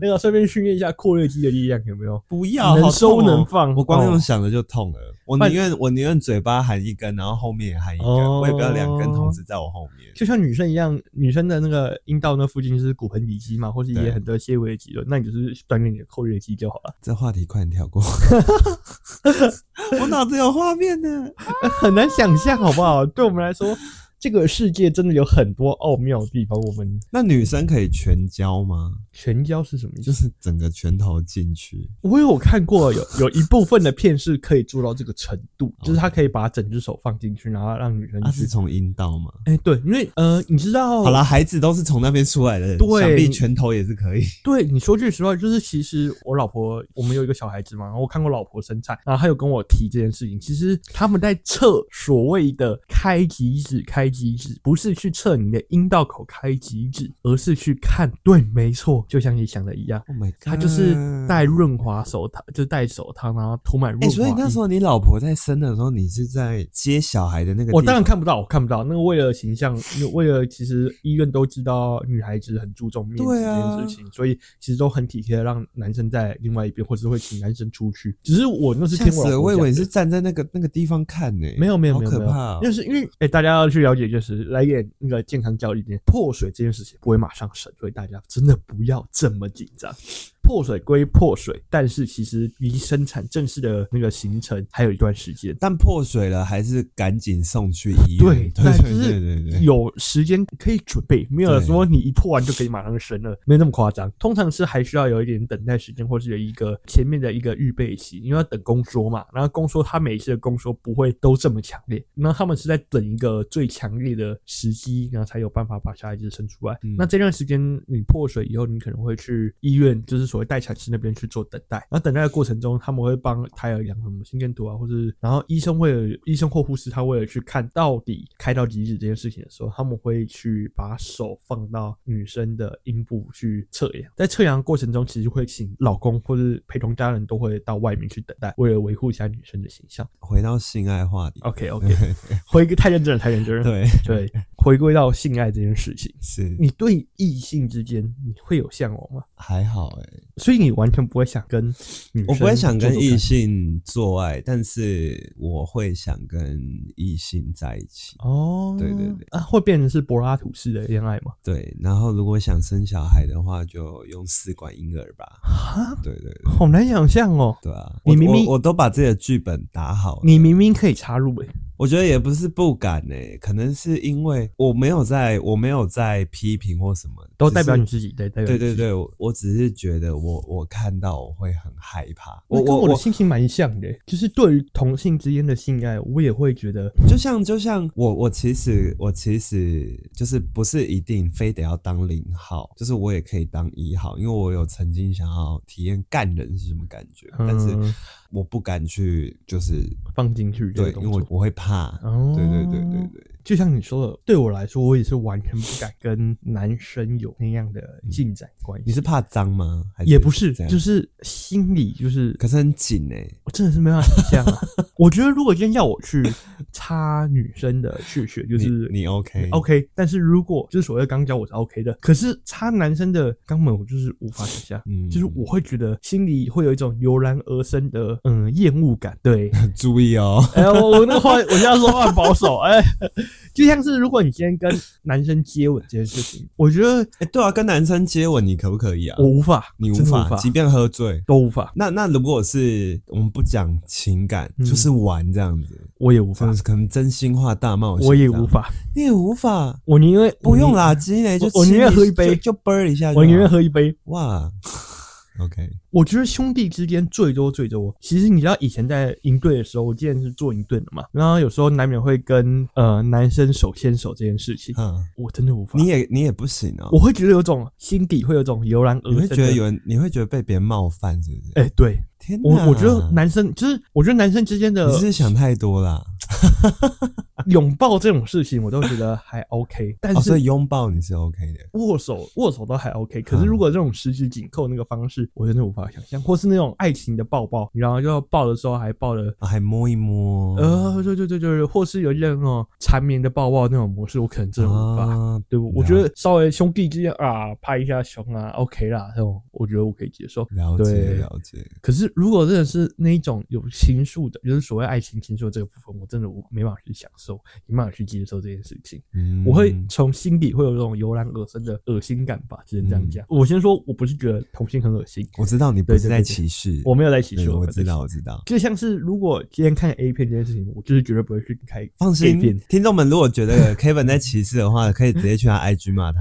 Speaker 2: 那个顺便训练一下括约肌的力量，有没有？
Speaker 1: 不要，
Speaker 2: 能
Speaker 1: 好
Speaker 2: 收
Speaker 1: 痛哦
Speaker 2: 能放
Speaker 1: 我光
Speaker 2: 哦
Speaker 1: 用想的就痛了。我宁愿我宁愿嘴巴含一根，然后后面也含一根，
Speaker 2: 哦
Speaker 1: 我也不要两根同时在我后面。
Speaker 2: 就像女生一样，女生的那个阴道那附近就是骨盆底肌嘛，或是
Speaker 1: 对
Speaker 2: 也很多纤维肌肉，那你就是锻炼你的括约肌就好了。
Speaker 1: 这话题快点跳过，我脑子有画面呢。
Speaker 2: 很难想象，好不好？对我们来说，这个世界真的有很多奥妙的地方。我们
Speaker 1: 那女生可以全交吗？
Speaker 2: 全交是什么意
Speaker 1: 就
Speaker 2: 思？
Speaker 1: 是整个拳头进去，
Speaker 2: 我有看过有 有一部分的片是可以做到这个程度，就是他可以把整只手放进去，然后让女生
Speaker 1: 那、啊是
Speaker 2: 去。
Speaker 1: 从阴道吗？
Speaker 2: 哎、对，因为呃，你知道，
Speaker 1: 好啦，孩子都是从那边出来的，
Speaker 2: 对
Speaker 1: 想必拳头也是可以。
Speaker 2: 对你说句实话，就是其实我老婆，我们有一个小孩子嘛，然后我看过老婆生产，然后她有跟我提这件事情。其实他们在测所谓的开极指，开极指不是去测你的阴道口开极指，而是去看，对，没错，就像你想的一样，
Speaker 1: Oh my god！
Speaker 2: 她就是戴润滑手套，就是戴手套，然后涂满润
Speaker 1: 嗯哎、
Speaker 2: 滑液。
Speaker 1: 所以那时候你老婆在生的时候，你是在接小孩的那个地方？
Speaker 2: 我当然看不到，我看不到。那个为了形象，因为为了其实医院都知道女孩子很注重面子
Speaker 1: 对
Speaker 2: 这
Speaker 1: 啊
Speaker 2: 件事情，所以其实都很体贴，让男生在另外一边，或者是会请男生出去。只是我那是
Speaker 1: 吓
Speaker 2: 听我
Speaker 1: 死了，
Speaker 2: 老婆
Speaker 1: 我以
Speaker 2: 讲
Speaker 1: 为
Speaker 2: 的
Speaker 1: 你是站在那个那个地方看呢、
Speaker 2: 没有没有
Speaker 1: 好
Speaker 2: 没有没
Speaker 1: 可
Speaker 2: 有，
Speaker 1: 怕哦、
Speaker 2: 就是因为哎、大家要去了解，就是来点那个健康教育一点，破水这件事情不会马上省，所以大家真的不要这么紧张。破水归破水，但是其实离生产正式的那个行程还有一段时间。
Speaker 1: 但破水了，还是赶紧送去医
Speaker 2: 对
Speaker 1: 院。，对
Speaker 2: 但就
Speaker 1: 对对对
Speaker 2: 是
Speaker 1: 对，
Speaker 2: 有时间可以准备，没有
Speaker 1: 对
Speaker 2: 说你一破完就可以马上生了，没那么夸张。通常是还需要有一点等待时间，或是有一个前面的一个预备期，因为要等宫缩嘛。然后宫缩，它每一次的宫缩不会都这么强烈，那他们是在等一个最强烈的时机，然后才有办法把小孩子生出来。
Speaker 1: 嗯
Speaker 2: 那这段时间你破水以后，你可能会去医院，就是所谓待产室那边去做等待。然后等待的过程中，他们会帮胎儿量什么心电图啊，或是然后医生为了医生或护士，他为了去看到底开到极致这件事情的时候，他们会去把手放到女生的阴部去测量。在测量的过程中，其实会请老公或是陪同家人都会到外面去等待，为了维护一下女生的形象。
Speaker 1: 回到性爱话题。
Speaker 2: OK OK，回归太认真了，太认真了。
Speaker 1: 对，
Speaker 2: 对，回归到性爱这件事情。
Speaker 1: 是
Speaker 2: 你对异性之间你会有向往吗？
Speaker 1: 还好哎、
Speaker 2: 所以你完全不会想跟女生
Speaker 1: 我不会想跟
Speaker 2: 做做
Speaker 1: 异
Speaker 2: 看
Speaker 1: 性做爱，但是我会想跟异性在一起。
Speaker 2: 哦，
Speaker 1: 对对对
Speaker 2: 啊，会变成是柏拉图式的恋爱吗？
Speaker 1: 对，然后如果想生小孩的话，就用试管婴儿吧。
Speaker 2: 啊，
Speaker 1: 对对对
Speaker 2: 好难想象哦，
Speaker 1: 对啊！
Speaker 2: 你
Speaker 1: 我
Speaker 2: 明明
Speaker 1: 我我都把自己的剧本打好了，
Speaker 2: 你明明可以插入欸诶、
Speaker 1: 我觉得也不是不敢呢、可能是因为我没有在，我没有在批评或什么，
Speaker 2: 都
Speaker 1: 只
Speaker 2: 代表
Speaker 1: 是
Speaker 2: 你自己，对，代表
Speaker 1: 对
Speaker 2: 你自
Speaker 1: 对
Speaker 2: 己。
Speaker 1: 对，我我只是觉得我我看到我会很害怕，
Speaker 2: 那
Speaker 1: 我
Speaker 2: 跟
Speaker 1: 我
Speaker 2: 我的
Speaker 1: 我
Speaker 2: 心情蛮像的欸、就是对于同性之间的性爱，我也会觉得
Speaker 1: 就像就像我我其实我其实就是不是一定非得要当零号，就是我也可以当一号，因为我有曾经想要体验干人是什么感觉，但是
Speaker 2: 嗯
Speaker 1: 我不敢去， 就是
Speaker 2: 放进去这
Speaker 1: 对
Speaker 2: 个，
Speaker 1: 因
Speaker 2: 动
Speaker 1: 为
Speaker 2: 作
Speaker 1: 我。我会怕，
Speaker 2: 哦
Speaker 1: 对对对对对。
Speaker 2: 就像你说的，对我来说，我也是完全不敢跟男生有那样的进展关系。
Speaker 1: 你是怕脏吗？还
Speaker 2: 也不是，
Speaker 1: 怎样
Speaker 2: 就是心里就是
Speaker 1: 可是很紧哎、
Speaker 2: 我真的是没办法想象啊！我觉得如果今天要我去擦女生的血血，就
Speaker 1: 你
Speaker 2: 是
Speaker 1: 你 OK
Speaker 2: OK，但是如果就是所谓的肛交，我是 OK 的。可是擦男生的肛门，我就是无法想象，
Speaker 1: 嗯
Speaker 2: 就是我会觉得心里会有一种油然而生的嗯厌恶感。 对，
Speaker 1: 注意哦，
Speaker 2: 哎、我我那个话，我现在说话很保守，哎、 就像是如果你今天跟男生接吻这件事情，我觉得
Speaker 1: 哎、对啊，跟男生接吻你可不可以啊？
Speaker 2: 我无法，
Speaker 1: 你
Speaker 2: 真的
Speaker 1: 无
Speaker 2: 无
Speaker 1: 法，即便喝醉。
Speaker 2: 都无法。
Speaker 1: 那那如果是我们不讲情感，
Speaker 2: 嗯
Speaker 1: 就是是玩这样子，
Speaker 2: 我也无
Speaker 1: 可
Speaker 2: 法
Speaker 1: 能，可能真心话大冒险，
Speaker 2: 我也无，法，
Speaker 1: 你也无法，
Speaker 2: 我宁愿
Speaker 1: 不用，啦，鸡嘞，就
Speaker 2: 我
Speaker 1: 吃
Speaker 2: 宁愿
Speaker 1: 你
Speaker 2: 喝一杯
Speaker 1: 就就啵儿一下就好，
Speaker 2: 我宁愿喝一杯。
Speaker 1: 哇，OK，
Speaker 2: 我觉得兄弟之间最多最多，其实你知道以前在营队的时候，我之前是做营队的嘛，然后有时候难免会跟呃男生手牵手这件事情，
Speaker 1: 嗯，
Speaker 2: 我真的无法
Speaker 1: 你，也你也不行哦、
Speaker 2: 我会觉得有种心底会有种油然而
Speaker 1: 你
Speaker 2: 生
Speaker 1: 会
Speaker 2: 的，
Speaker 1: 觉得有人，你会觉得被别人冒犯，是不是？
Speaker 2: 哎、对
Speaker 1: 天哪，
Speaker 2: 我我觉得男生就是我觉得男生之间的
Speaker 1: 啊
Speaker 2: 啊
Speaker 1: 你是不是想太多啦，
Speaker 2: 拥抱这种事情，我都觉得还 OK，但
Speaker 1: 哦，
Speaker 2: 是
Speaker 1: 所以拥抱你是 OK 的，
Speaker 2: 握手握手都还 OK，可是如果这种十指紧扣那个方式，我真的无法想象，或是那种爱情的抱抱，然后要抱的时候还抱了。
Speaker 1: 啊、还摸一摸，
Speaker 2: 呃，对对对对，或是有一些那种缠绵的抱抱那种模式，我可能真的无法。
Speaker 1: 啊，
Speaker 2: 对，我觉得稍微兄弟之间啊，拍一下胸啊，OK 啦，这种我觉得我可以接受。
Speaker 1: 了解
Speaker 2: 对
Speaker 1: 了解，
Speaker 2: 可是如果真的是那一种有情愫的，就是所谓爱情情愫的这个部分，我真的我没办法去享受，没办法去接受这件事情。
Speaker 1: 嗯，
Speaker 2: 我会从心底会有那种油然而生的恶心感吧，只能这样讲。我先说，我不是觉得同性很恶心，
Speaker 1: 嗯我知道你不
Speaker 2: 对
Speaker 1: 是
Speaker 2: 对
Speaker 1: 在
Speaker 2: 对对
Speaker 1: 歧视，
Speaker 2: 我没有在歧
Speaker 1: 对
Speaker 2: 视，
Speaker 1: 我
Speaker 2: 没有
Speaker 1: 知
Speaker 2: 在歧视
Speaker 1: 道，我知道。
Speaker 2: 就像是如果今天看 A 片这件事情，我就是绝对不会去开
Speaker 1: 放
Speaker 2: A
Speaker 1: 心
Speaker 2: 片。，
Speaker 1: 听众们如果觉得 Kevin 在歧视的话，可以直接去他 IG 骂他。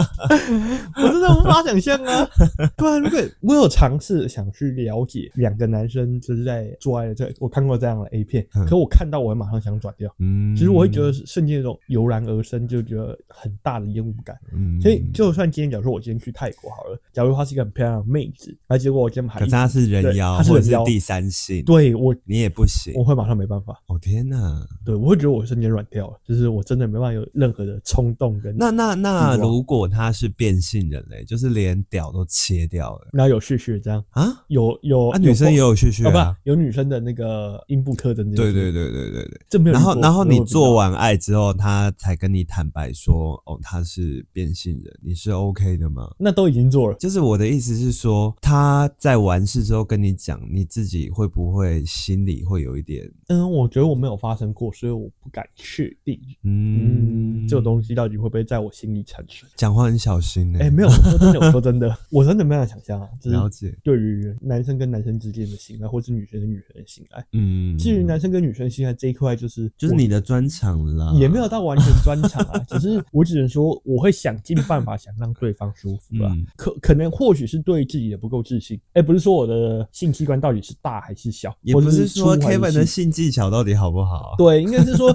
Speaker 2: 我真的无法想象 啊！对啊，如果我有尝试想去了解两个男生就是在做爱的这，我看过这样的 A 片，
Speaker 1: 嗯
Speaker 2: 可我看到我会马上想转掉。
Speaker 1: 嗯，
Speaker 2: 其实我会觉得瞬间有种油然而生，就觉得很大的厌恶感。
Speaker 1: 嗯，
Speaker 2: 所以就算今天，假如说我今天去泰国好了，假如她是一个很漂亮的妹子，那结果我今天还
Speaker 1: 可是他是人妖
Speaker 2: 对他是
Speaker 1: 或者
Speaker 2: 人
Speaker 1: 是
Speaker 2: 妖
Speaker 1: 第三性，
Speaker 2: 对我
Speaker 1: 你也不行。
Speaker 2: 我会马上没办法，
Speaker 1: 哦天哪，
Speaker 2: 对我会觉得我瞬间软掉了，就是我真的没办法有任何的冲动跟。
Speaker 1: 那那那
Speaker 2: 欲望
Speaker 1: 如果他是变性人类，就是连屌都切掉了
Speaker 2: 然后有血血这样，
Speaker 1: 啊？
Speaker 2: 有有
Speaker 1: 啊，女生也有血血
Speaker 2: 哦不
Speaker 1: 啊。
Speaker 2: 有女生的那个阴部特征这件
Speaker 1: 对
Speaker 2: 事
Speaker 1: 对
Speaker 2: 情，
Speaker 1: 对对对对。
Speaker 2: 这没有遇
Speaker 1: 然
Speaker 2: 过。
Speaker 1: 后然后
Speaker 2: 所以
Speaker 1: 你
Speaker 2: 我不知道
Speaker 1: 做完爱之后，他才跟你坦白说，哦，他是变性人，你是 OK 的吗？
Speaker 2: 那都已经做了，
Speaker 1: 就是我的意思是说，他在完事之后跟你讲，你自己会不会心里会有一点，
Speaker 2: 嗯，我觉得我没有发生过，所以我不敢确定，
Speaker 1: 嗯，
Speaker 2: 嗯，这种东西到底会不会在我心里产生？
Speaker 1: 讲话很小心呢、
Speaker 2: 哎，没有，我说真的，我说真的， 我真的没办法想 象啊，就
Speaker 1: 了
Speaker 2: 是
Speaker 1: 解，
Speaker 2: 对于男生跟男生之间的性爱，或是女生跟女生的性爱。
Speaker 1: 嗯，
Speaker 2: 至于男生跟女生性爱这一块，就是
Speaker 1: 就是你啊的专长啦，
Speaker 2: 也没有到完全专场啊， 只是我只能说我会想尽办法想让对方舒服啊。
Speaker 1: 嗯
Speaker 2: 可可能或许是对自己的不够自信，哎、不是说我的性器官到底是大还是小，
Speaker 1: 也
Speaker 2: 或
Speaker 1: 不
Speaker 2: 者
Speaker 1: 是
Speaker 2: 是
Speaker 1: 说
Speaker 2: 粗还是
Speaker 1: Kevin 的
Speaker 2: 细
Speaker 1: 性技巧到底好不好，
Speaker 2: 对，应该是说，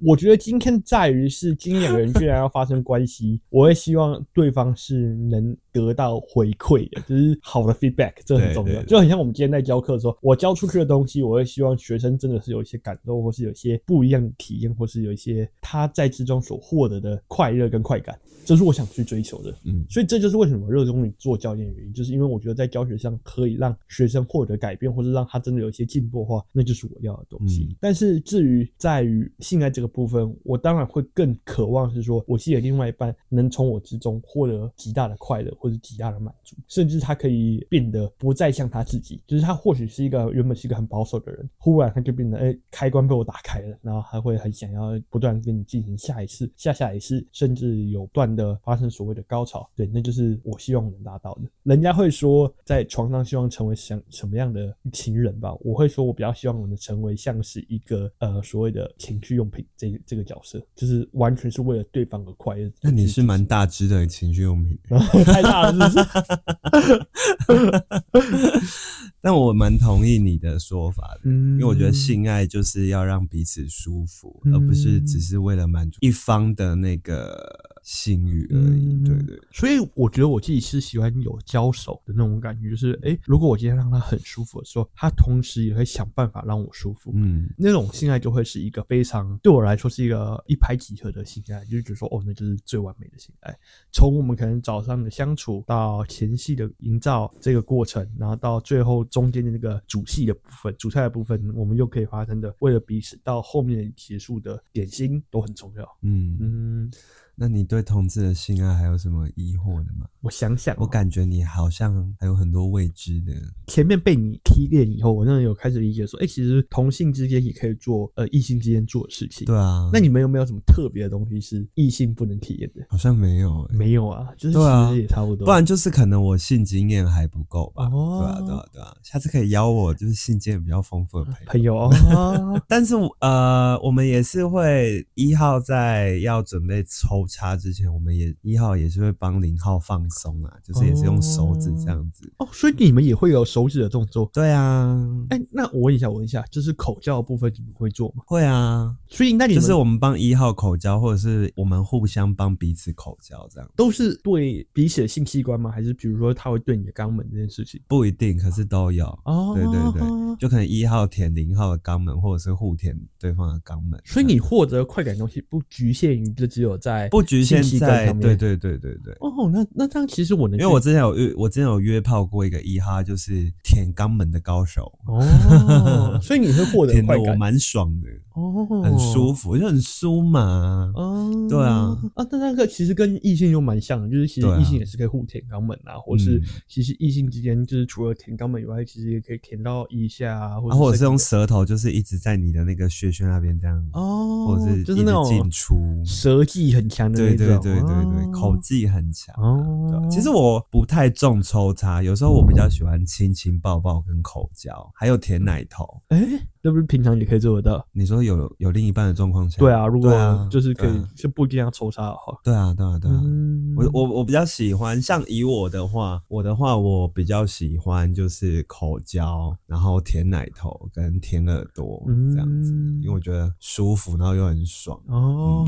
Speaker 2: 我觉得今天在于是今天两个人居然要发生关系，我会希望对方是能得到回馈的，就是好的 feedback，这很重要。
Speaker 1: 对对对
Speaker 2: 就很像我们今天在教课的时候，我教出去的东西，我会希望学生真的是有一些感受，或是有一些不一样的体验，或是有一些他在之中所获得的快乐跟快感，这是我想去追求的。
Speaker 1: 嗯
Speaker 2: 所以这就是为什么我热衷于做教练的原因，就是因为我觉得在教学上可以让学生获得改变，或是让他真的有一些进步的话，那就是我要的东西。
Speaker 1: 嗯
Speaker 2: 但是至于在于性爱这个部分，我当然会更渴望是说，我自己的另外一半能从我之中获得极大的快乐，或者极大的满足，甚至他可以变得不再像他自己，就是他或许是一个原本是一个很保守的人，忽然他就变得哎、开关被我打开了，然后他会很想要不断跟你进行下一次、下下一次，甚至有不断的发生所谓的高潮。对，那就是我希望我能达到的。人家会说在床上希望成为像什么样的情人吧，我会说我比较希望我能成为像是一个呃所谓的情趣用品这这个角色，就是完全是为了对方而快乐。
Speaker 1: 那你是蛮大只的情趣用 品，
Speaker 2: 太大了，是不是？
Speaker 1: 但我蛮同意你的说法的。
Speaker 2: 嗯，
Speaker 1: 因为我觉得性爱就是要让彼此舒服，
Speaker 2: 嗯
Speaker 1: 而不是只是为了满足一方的那个性欲而已。
Speaker 2: 嗯
Speaker 1: 对对，
Speaker 2: 所以我觉得我自己是喜欢有交手的那种感觉，就是诶，如果我今天让他很舒服的时候，他同时也会想办法让我舒服。
Speaker 1: 嗯，
Speaker 2: 那种性爱就会是一个非常对我来说是一个呃一拍即合的性爱，就是觉得说哦，那就是最完美的性爱。从我们可能早上的相处到前戏的营造这个过程，然后到最后中间的那个主戏的部分、主菜的部分，我们又可以发生的为了彼此到后面结束的点心都很重要。
Speaker 1: 嗯，
Speaker 2: 嗯，
Speaker 1: 那你对同志的性爱还有什么疑惑的吗？
Speaker 2: 我想想哦、
Speaker 1: 我感觉你好像还有很多未知的。
Speaker 2: 前面被你提炼以后，我真的有开始理解说，哎、其实同性之间也可以做呃异性之间做的事情。
Speaker 1: 对啊，
Speaker 2: 那你们有没有什么特别的东西是异性不能体验的？
Speaker 1: 好像没有、欸，
Speaker 2: 没有啊，就是
Speaker 1: 对啊
Speaker 2: 其实也差不多。
Speaker 1: 不然就是可能我性经验还不够吧。
Speaker 2: 哦
Speaker 1: 对啊，对啊，对啊，下次可以邀我就是性经验比较丰富的朋 友。，
Speaker 2: 朋友哦
Speaker 1: 但是我呃，我们也是会一号在要准备抽插之前，我们也一号也是会帮零号放松啊，就是也是用手指这样子。
Speaker 2: 哦，所以你们也会有手指的动作。
Speaker 1: 对啊，
Speaker 2: 哎、那我问一下，我问一下，就是口交的部分你们会做吗？
Speaker 1: 会啊，
Speaker 2: 所以那你
Speaker 1: 就
Speaker 2: 们
Speaker 1: 是我们帮一号口交，或者是我们互相帮彼此口交这样，
Speaker 2: 都是对彼此的性器官吗？还是比如说他会对你的肛门这件事情？
Speaker 1: 不一定，可是都有。
Speaker 2: 哦
Speaker 1: 对对对，就可能一号舔零号的肛门，或者是互舔对方的肛门。
Speaker 2: 所以你获得快感的东西不局限于就只有在
Speaker 1: 不局限
Speaker 2: 性器官
Speaker 1: 在
Speaker 2: 上面
Speaker 1: 对对对对对，
Speaker 2: 哦，那那这样其实我能
Speaker 1: 因为我之前有约，我之前有约炮过一个一哈，就是舔肛门的高手，
Speaker 2: 哦，所以你会获得
Speaker 1: 舔
Speaker 2: 快
Speaker 1: 的我
Speaker 2: 感
Speaker 1: 蛮爽的，
Speaker 2: 哦，
Speaker 1: 很舒服，就很酥嘛。
Speaker 2: 哦，
Speaker 1: 对啊
Speaker 2: 啊，那那个其实跟异性又蛮像的，就是其实
Speaker 1: 对啊
Speaker 2: 异性也是可以互舔肛门啊，或是
Speaker 1: 嗯
Speaker 2: 其实异性之间就是除了舔肛门以外，其实也可以舔到腋下啊，或
Speaker 1: 然后我
Speaker 2: 者
Speaker 1: 是用
Speaker 2: 身体
Speaker 1: 舌头，就是一直在你的那个穴穴那边这样，
Speaker 2: 哦，
Speaker 1: 或者是一
Speaker 2: 就是
Speaker 1: 直
Speaker 2: 那种
Speaker 1: 进出。
Speaker 2: 舌技很强的那
Speaker 1: 对
Speaker 2: 种，
Speaker 1: 对对对对，
Speaker 2: 哦
Speaker 1: 口技很强啊。对啊
Speaker 2: 哦，
Speaker 1: 其实我不太重抽插，有时候我比较喜欢亲亲抱抱跟口交，还有舔奶头。
Speaker 2: 哎，那不是平常也可以做得到？
Speaker 1: 你说有有另一半的状况下，
Speaker 2: 对啊，如果就是可
Speaker 1: 对
Speaker 2: 以
Speaker 1: 啊，
Speaker 2: 就不一定要抽插的话，
Speaker 1: 对啊，对啊，对啊。
Speaker 2: 嗯
Speaker 1: 我我我比较喜欢，像以我的话，我的话我比较喜欢就是口交，然后舔奶头跟舔耳朵这样子，
Speaker 2: 嗯
Speaker 1: 因为我觉得舒服，然后又很爽，
Speaker 2: 哦，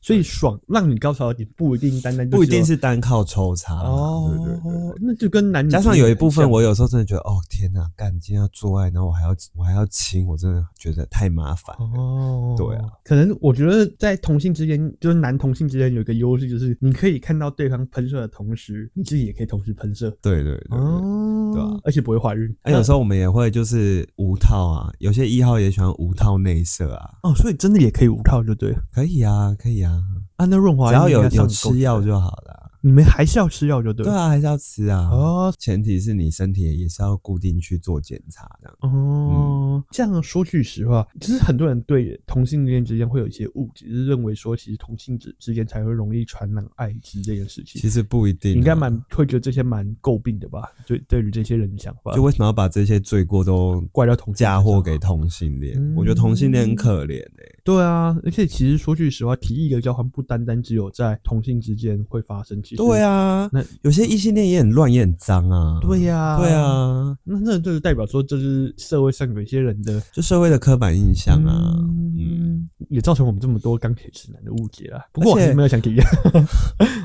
Speaker 2: 所以爽让你高潮，你不一定单单就
Speaker 1: 不一
Speaker 2: 只有
Speaker 1: 定是单靠抽插嘛。啊
Speaker 2: 哦，
Speaker 1: 对对对。
Speaker 2: 那就跟男女
Speaker 1: 加上有一部分，
Speaker 2: 之间很像
Speaker 1: 我有时候真的觉得，哦天呐，干今天要做爱，然后我还要我还要亲，我真的觉得太麻烦了。
Speaker 2: 哦，
Speaker 1: 对啊，
Speaker 2: 可能我觉得在同性之间，就是男同性之间有一个优势，就是你可以看到对方喷射的同时，你自己也可以同时喷射，
Speaker 1: 对对对对
Speaker 2: 哦，
Speaker 1: 对啊
Speaker 2: 而且不会怀孕。
Speaker 1: 哎、有时候我们也会就是无套啊，有些一号也喜欢无套内射啊，
Speaker 2: 哦，所以真的也可以无套就对了
Speaker 1: 可以啊，可以啊，
Speaker 2: 啊。那润滑
Speaker 1: 只要
Speaker 2: 液应
Speaker 1: 有
Speaker 2: 该上
Speaker 1: 有
Speaker 2: 得够
Speaker 1: 吃药，就好了。
Speaker 2: 你们还是要吃药就对
Speaker 1: 对
Speaker 2: 了。
Speaker 1: 啊，还是要吃啊。
Speaker 2: 哦
Speaker 1: 前提是你身体也是要固定去做检查这样。嗯
Speaker 2: 哦，这样说句实话，其实很多人对同性恋之间会有一些误解，就是认为说其实同性之之间才会容易传染艾滋这件事情。
Speaker 1: 其实不一定啊、
Speaker 2: 你应该蛮会觉得这些蛮诟病的吧？对，对于这些人的想法，
Speaker 1: 就为什么要把这些罪过都
Speaker 2: 怪到同性
Speaker 1: 嫁
Speaker 2: 身上
Speaker 1: 祸
Speaker 2: 啊
Speaker 1: 给同性恋？
Speaker 2: 嗯
Speaker 1: 我觉得同性恋很可怜哎、
Speaker 2: 对啊，而且其实说句实话，提议的交换不单单只有在同性之间会发生，其实
Speaker 1: 对，啊
Speaker 2: 那，
Speaker 1: 有些异性恋也很乱，也很脏啊。
Speaker 2: 对呀、
Speaker 1: 对，啊，
Speaker 2: 那那就是代表说，这是社会上有一些人的
Speaker 1: 就社会的刻板印象啊。嗯，
Speaker 2: 嗯，也造成我们这么多钢铁直男的误解啊。不过我还
Speaker 1: 而且
Speaker 2: 是没有想体验，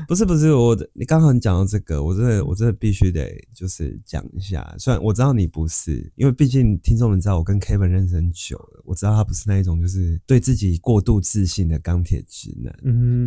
Speaker 1: 不是不是，我的你刚好你讲到这个，我真的我真的必须得就是讲一下。虽然我知道你不是，因为毕竟听众们知道我跟 Kevin 认识很久了，我知道他不是那一种就是对自己过度自信的钢铁直男。
Speaker 2: 嗯，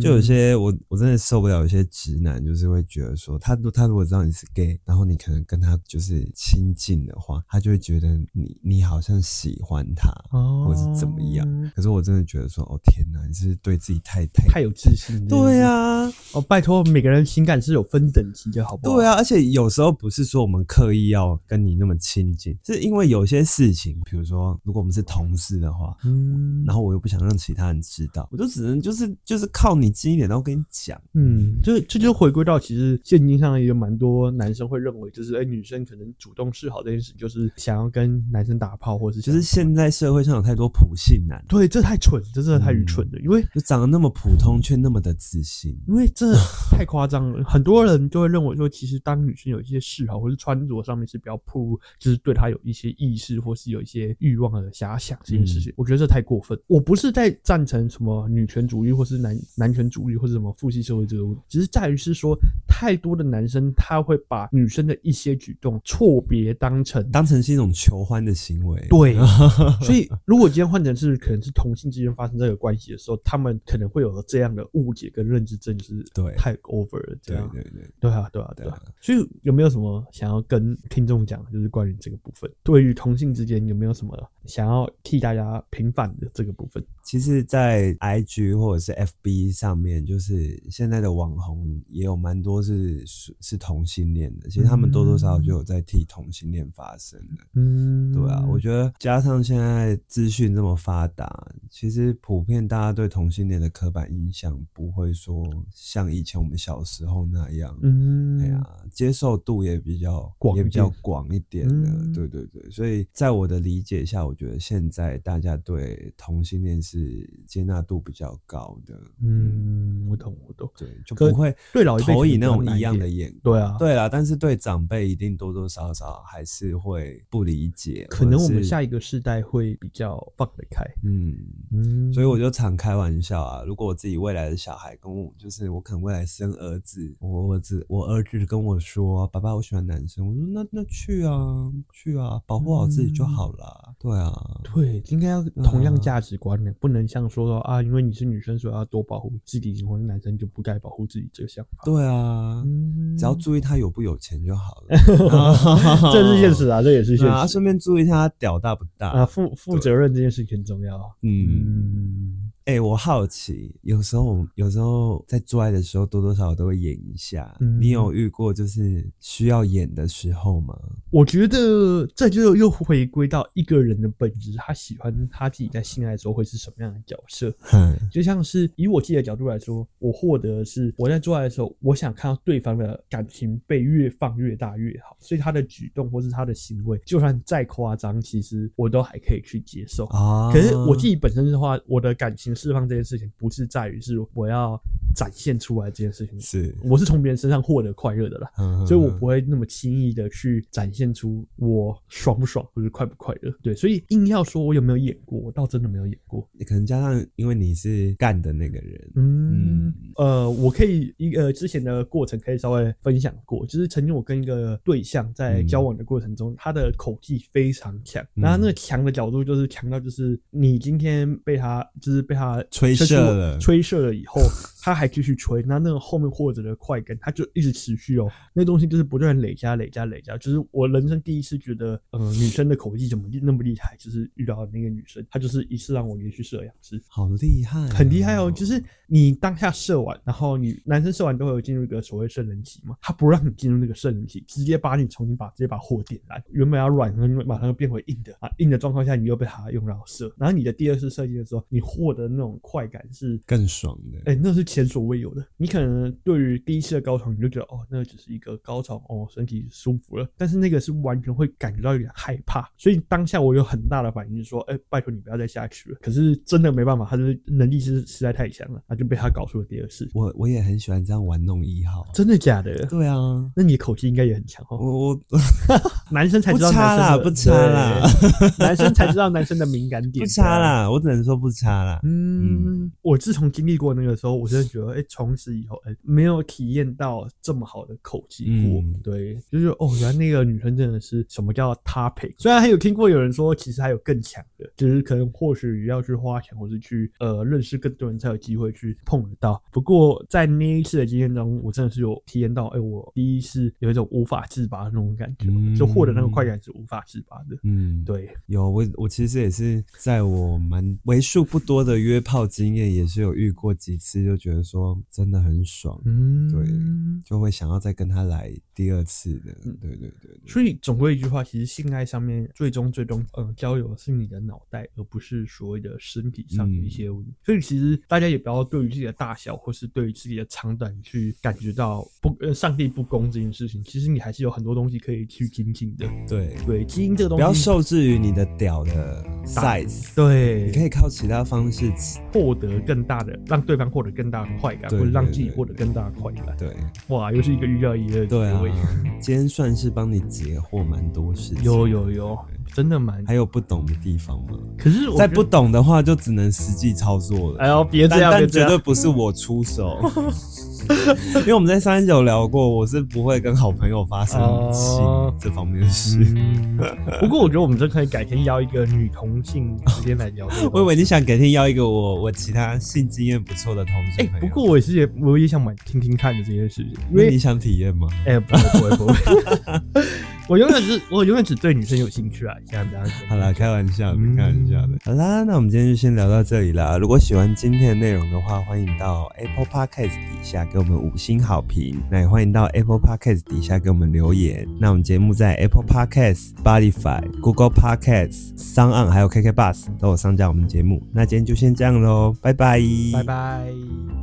Speaker 1: 就有些我我真的受不了，有些直男就是会觉得说，他如他如果知道你是 gay，然后你可能跟他就是亲近的话，他就会觉得你你好像喜欢他，
Speaker 2: 哦，
Speaker 1: 或者是怎么样。可是我真的觉得说，哦天哪，你是对自己太太
Speaker 2: 太有自信。
Speaker 1: 对啊
Speaker 2: 呀、
Speaker 1: 呀、
Speaker 2: 哦，拜托，每个人情感是有分等级的，好不好？
Speaker 1: 对啊，而且有时候不是说我们刻意要跟你那么亲近，是因为有些事情，比如说如果我们是同事的话，
Speaker 2: 嗯，
Speaker 1: 然后我又不想让其他人知道，我就只能就是就是靠你近一点，然后跟你讲。
Speaker 2: 嗯，这这就回归到其实现今上也有蛮多男生会认为，就是哎、女生可能主动示好这件事，就是想要跟男生打炮，或者是
Speaker 1: 就是
Speaker 2: 想
Speaker 1: 现在社会上有太多普信男，
Speaker 2: 对，这太蠢，这真的太愚蠢了，因为
Speaker 1: 就长得那么普通却那么的自信。
Speaker 2: 因为这太夸张了，很多人就会认为说，其实当女生有一些嗜好或是穿着上面是比较暴露，就是对她有一些意识或是有一些欲望的遐想这件事情，我觉得这太过分。我不是在赞成什么女权主义或是男男权主义或是什么父系社会这个问题，只是在于是说，太多的男生他会把女生的一些举动错别当成
Speaker 1: 当成是一种求欢的行为，
Speaker 2: 对， 所以如果今天换成是可能是同性之间发生这个关系的时候，他们可能会有这样的误解跟认知，真的是
Speaker 1: 对
Speaker 2: 太 over 了。这
Speaker 1: 对
Speaker 2: 样，
Speaker 1: 对对，
Speaker 2: 对啊，对啊，对
Speaker 1: 对
Speaker 2: 啊。所以有没有什么想要跟听众讲，就是关于这个部分？对于同性之间有没有什么想要替大家平反的这个部分？
Speaker 1: 其实，在 IG 或者是 FB 上面，就是现在的网红也有蛮多是是是同性恋的，其实他们多多少少就有在替同性恋发声的。
Speaker 2: 嗯，
Speaker 1: 对啊，我觉得加上现在资讯这么发达，其实普遍大家对同性恋的刻板印象不会说像以前我们小时候那样，
Speaker 2: 嗯，
Speaker 1: 哎呀、接受度也比较
Speaker 2: 广
Speaker 1: 也
Speaker 2: 一
Speaker 1: 比较
Speaker 2: 点
Speaker 1: 广一点的，
Speaker 2: 嗯
Speaker 1: 对对对。所以在我的理解下，我觉得现在大家对同性恋是接纳度比较高的，
Speaker 2: 嗯，我懂，我懂。
Speaker 1: 对，就
Speaker 2: 可
Speaker 1: 不会
Speaker 2: 对老一辈
Speaker 1: 投
Speaker 2: 可能
Speaker 1: 以那
Speaker 2: 比较
Speaker 1: 种
Speaker 2: 难
Speaker 1: 异
Speaker 2: 一
Speaker 1: 样的
Speaker 2: 点
Speaker 1: 眼光。
Speaker 2: 对啊，
Speaker 1: 对啦，但是对长辈一定多多少少还是会不理解，
Speaker 2: 可能我
Speaker 1: 或
Speaker 2: 们
Speaker 1: 者是
Speaker 2: 下一个世代会比较放得开。
Speaker 1: 嗯。
Speaker 2: 嗯，
Speaker 1: 所以我就常开玩笑啊，如果我自己未来的小孩跟我，就是我可能未来生儿子，我我儿子我儿子跟我说，爸爸我喜欢男生，我说那那去啊去啊，保护好自
Speaker 2: 嗯
Speaker 1: 己就好啦。对啊，
Speaker 2: 对，应该要同样
Speaker 1: 嗯
Speaker 2: 价值观的，不能像说说啊，因为你是女生，所以要多保护自己，或者男生就不该保护自己这个想法。
Speaker 1: 对啊，
Speaker 2: 嗯，，
Speaker 1: 只要注意他有不有钱就好了
Speaker 2: 这是现实啊，这也是现
Speaker 1: 对啊，
Speaker 2: 实
Speaker 1: 顺便注意他屌大不大。
Speaker 2: 啊。负负责任这件事情很重要。啊
Speaker 1: 嗯，
Speaker 2: 嗯，
Speaker 1: 哎、我好奇，有时候我有时候在做爱的时候，多多少少都会演一下。
Speaker 2: 嗯
Speaker 1: 你有遇过就是需要演的时候吗？
Speaker 2: 我觉得这就又回归到一个人的本质，他喜欢他自己在性爱的时候会是什么样的角色。
Speaker 1: 哼
Speaker 2: 就像是以我自己的角度来说，我获得的是我在做爱的时候，我想看到对方的感情被越放越大越好，所以他的举动或是他的行为，就算再夸张，其实我都还可以去接受。
Speaker 1: 啊，
Speaker 2: 可是我自己本身的话，我的感情释放这件事情，不是在于是我要展现出来这件事情，
Speaker 1: 哦是，
Speaker 2: 我是从别人身上获得快乐的啦。
Speaker 1: 嗯
Speaker 2: 所以我不会那么轻易的去展现出我爽不爽或者快不快乐。对，所以硬要说我有没有演过，我倒真的没有演过。
Speaker 1: 可能加上，因为你是干的那个人，
Speaker 2: 嗯
Speaker 1: 嗯，
Speaker 2: 呃，我可以一个之前的过程可以稍微分享过，就是曾经我跟一个对象在
Speaker 1: 嗯
Speaker 2: 交往的过程中，他的口技非常强，
Speaker 1: 嗯
Speaker 2: 然后那个强的角度就是强到就是你今天被他就是被他
Speaker 1: 吹
Speaker 2: 就是
Speaker 1: 射了
Speaker 2: 吹射了以后，他还继续吹，那那个后面获得的快感，他就一直持续哦，那东西就是不断累加累加累加，就是我人生第一次觉得，呃，女生的口技怎么那么厉害，就是遇到那个女生，她就是一次让我连续射两次。
Speaker 1: 好厉害哦、
Speaker 2: 很厉害哦，就是你当下射完，然后你男生射完都会有进入一个所谓圣人期嘛，他不让你进入那个圣人期，直接把你重新把直接把火点燃，原本要软的，马上又变回硬的啊，硬的状况下你又被他用到射，然后你的第二次射精的时候，你获得的那种快感是。
Speaker 1: 更爽的。
Speaker 2: 哎、那是前所未有的。你可能对于第一次的高潮，你就觉得哦，那只是一个高潮，哦，身体舒服了。但是那个是完全会感觉到有点害怕，所以当下我有很大的反应，就是说，哎、拜托你不要再下去了。可是真的没办法，他的能力是实在太强了，他就被他搞出了第二次。
Speaker 1: 我我也很喜欢这样玩弄一号。
Speaker 2: 真的假的？
Speaker 1: 对啊，
Speaker 2: 那你的口气应该也很强哦，
Speaker 1: 我我
Speaker 2: 男生才
Speaker 1: 不
Speaker 2: 知道
Speaker 1: 差啦
Speaker 2: 男生的
Speaker 1: 不差啦，
Speaker 2: 对男生才知道男生的敏感点，
Speaker 1: 不差。啦，我只能说不差啦。
Speaker 2: 嗯，我自从经历过那个时候，我真的觉得，哎、从此以后，哎、没有体验到这么好的口技过。
Speaker 1: 嗯
Speaker 2: 对，就是哦，原来那个女生真的是什么叫 topic。虽然还有听过有人说，其实还有更强的，就是可能或许要去花钱，或是去呃认识更多人才有机会去碰得到。不过在那一次的经验中，我真的是有体验到，哎、我第一次有一种无法自拔的那种感觉，
Speaker 1: 嗯
Speaker 2: 就获得那个快感是无法自拔的。
Speaker 1: 嗯，
Speaker 2: 对，
Speaker 1: 有我我其实也是在我蛮为数不多的约炮经验，也是有遇过几次，就觉得说真的很爽，
Speaker 2: 嗯，
Speaker 1: 对就会想要再跟他来第二次的。对对对对，
Speaker 2: 所以总归一句话，其实性爱上面最终最终，嗯，交流的是你的脑袋，而不是所谓的身体上的一些
Speaker 1: 嗯
Speaker 2: 问题。所以其实大家也不要对于自己的大小或是对于自己的长短去感觉到不，呃，上帝不公这件事情。其实你还是有很多东西可以去精进的。
Speaker 1: 对，
Speaker 2: 对，基因这个东
Speaker 1: 不
Speaker 2: 西，
Speaker 1: 要受制于你的
Speaker 2: 嗯
Speaker 1: 屌的 size。你可
Speaker 2: 对，
Speaker 1: 以靠其他方式吃，
Speaker 2: 获得更大的，让对方获得更大的快感，
Speaker 1: 对
Speaker 2: 或者让
Speaker 1: 对
Speaker 2: 自己
Speaker 1: 对
Speaker 2: 获得更大的快感。
Speaker 1: 对
Speaker 2: 哇，又是一个寓教于乐的
Speaker 1: 对
Speaker 2: 结
Speaker 1: 啊
Speaker 2: 尾。，
Speaker 1: 今天算是帮你截获蛮多事情。
Speaker 2: 有有有，真的蛮。
Speaker 1: 还有不懂的地方吗？
Speaker 2: 可是我
Speaker 1: 再
Speaker 2: 觉
Speaker 1: 不
Speaker 2: 得，
Speaker 1: 懂的话，就只能实际操作了。
Speaker 2: 哎呦，别这
Speaker 1: 但
Speaker 2: 样，别
Speaker 1: 但
Speaker 2: 这
Speaker 1: 绝
Speaker 2: 样
Speaker 1: 对。不是我出手，因为我们在三九聊过，我是不会跟好朋友发生
Speaker 2: 哦
Speaker 1: 性这方面的事。
Speaker 2: 嗯，不过我觉得我们真可以改天邀一个女同性直接来聊这
Speaker 1: 我以
Speaker 2: 个东西。
Speaker 1: 为你想改天邀一个我我其他性经验不错的同事
Speaker 2: 哎、
Speaker 1: 朋友，
Speaker 2: 不过我也是也我也想买听听看的这件事情，因
Speaker 1: 那
Speaker 2: 为
Speaker 1: 你想体验吗？
Speaker 2: 哎、不会不会不会， 我永远只我永远只对女生有兴趣啊，像这样子。
Speaker 1: 好啦，，开玩笑的，
Speaker 2: 嗯
Speaker 1: 开玩笑的。好啦，那我们今天就先聊到这里啦。如果喜欢今天的内容的话，欢迎到 Apple Podcast 底下给我们五星好评，那也欢迎到 Apple Podcast 底下给我们留言。那我们节目在 Apple Podcast、Spotify、Google Podcast、s o n on 还有 KK Bus 都有上架我们节目。那今天就先这样喽，拜拜，
Speaker 2: 拜拜。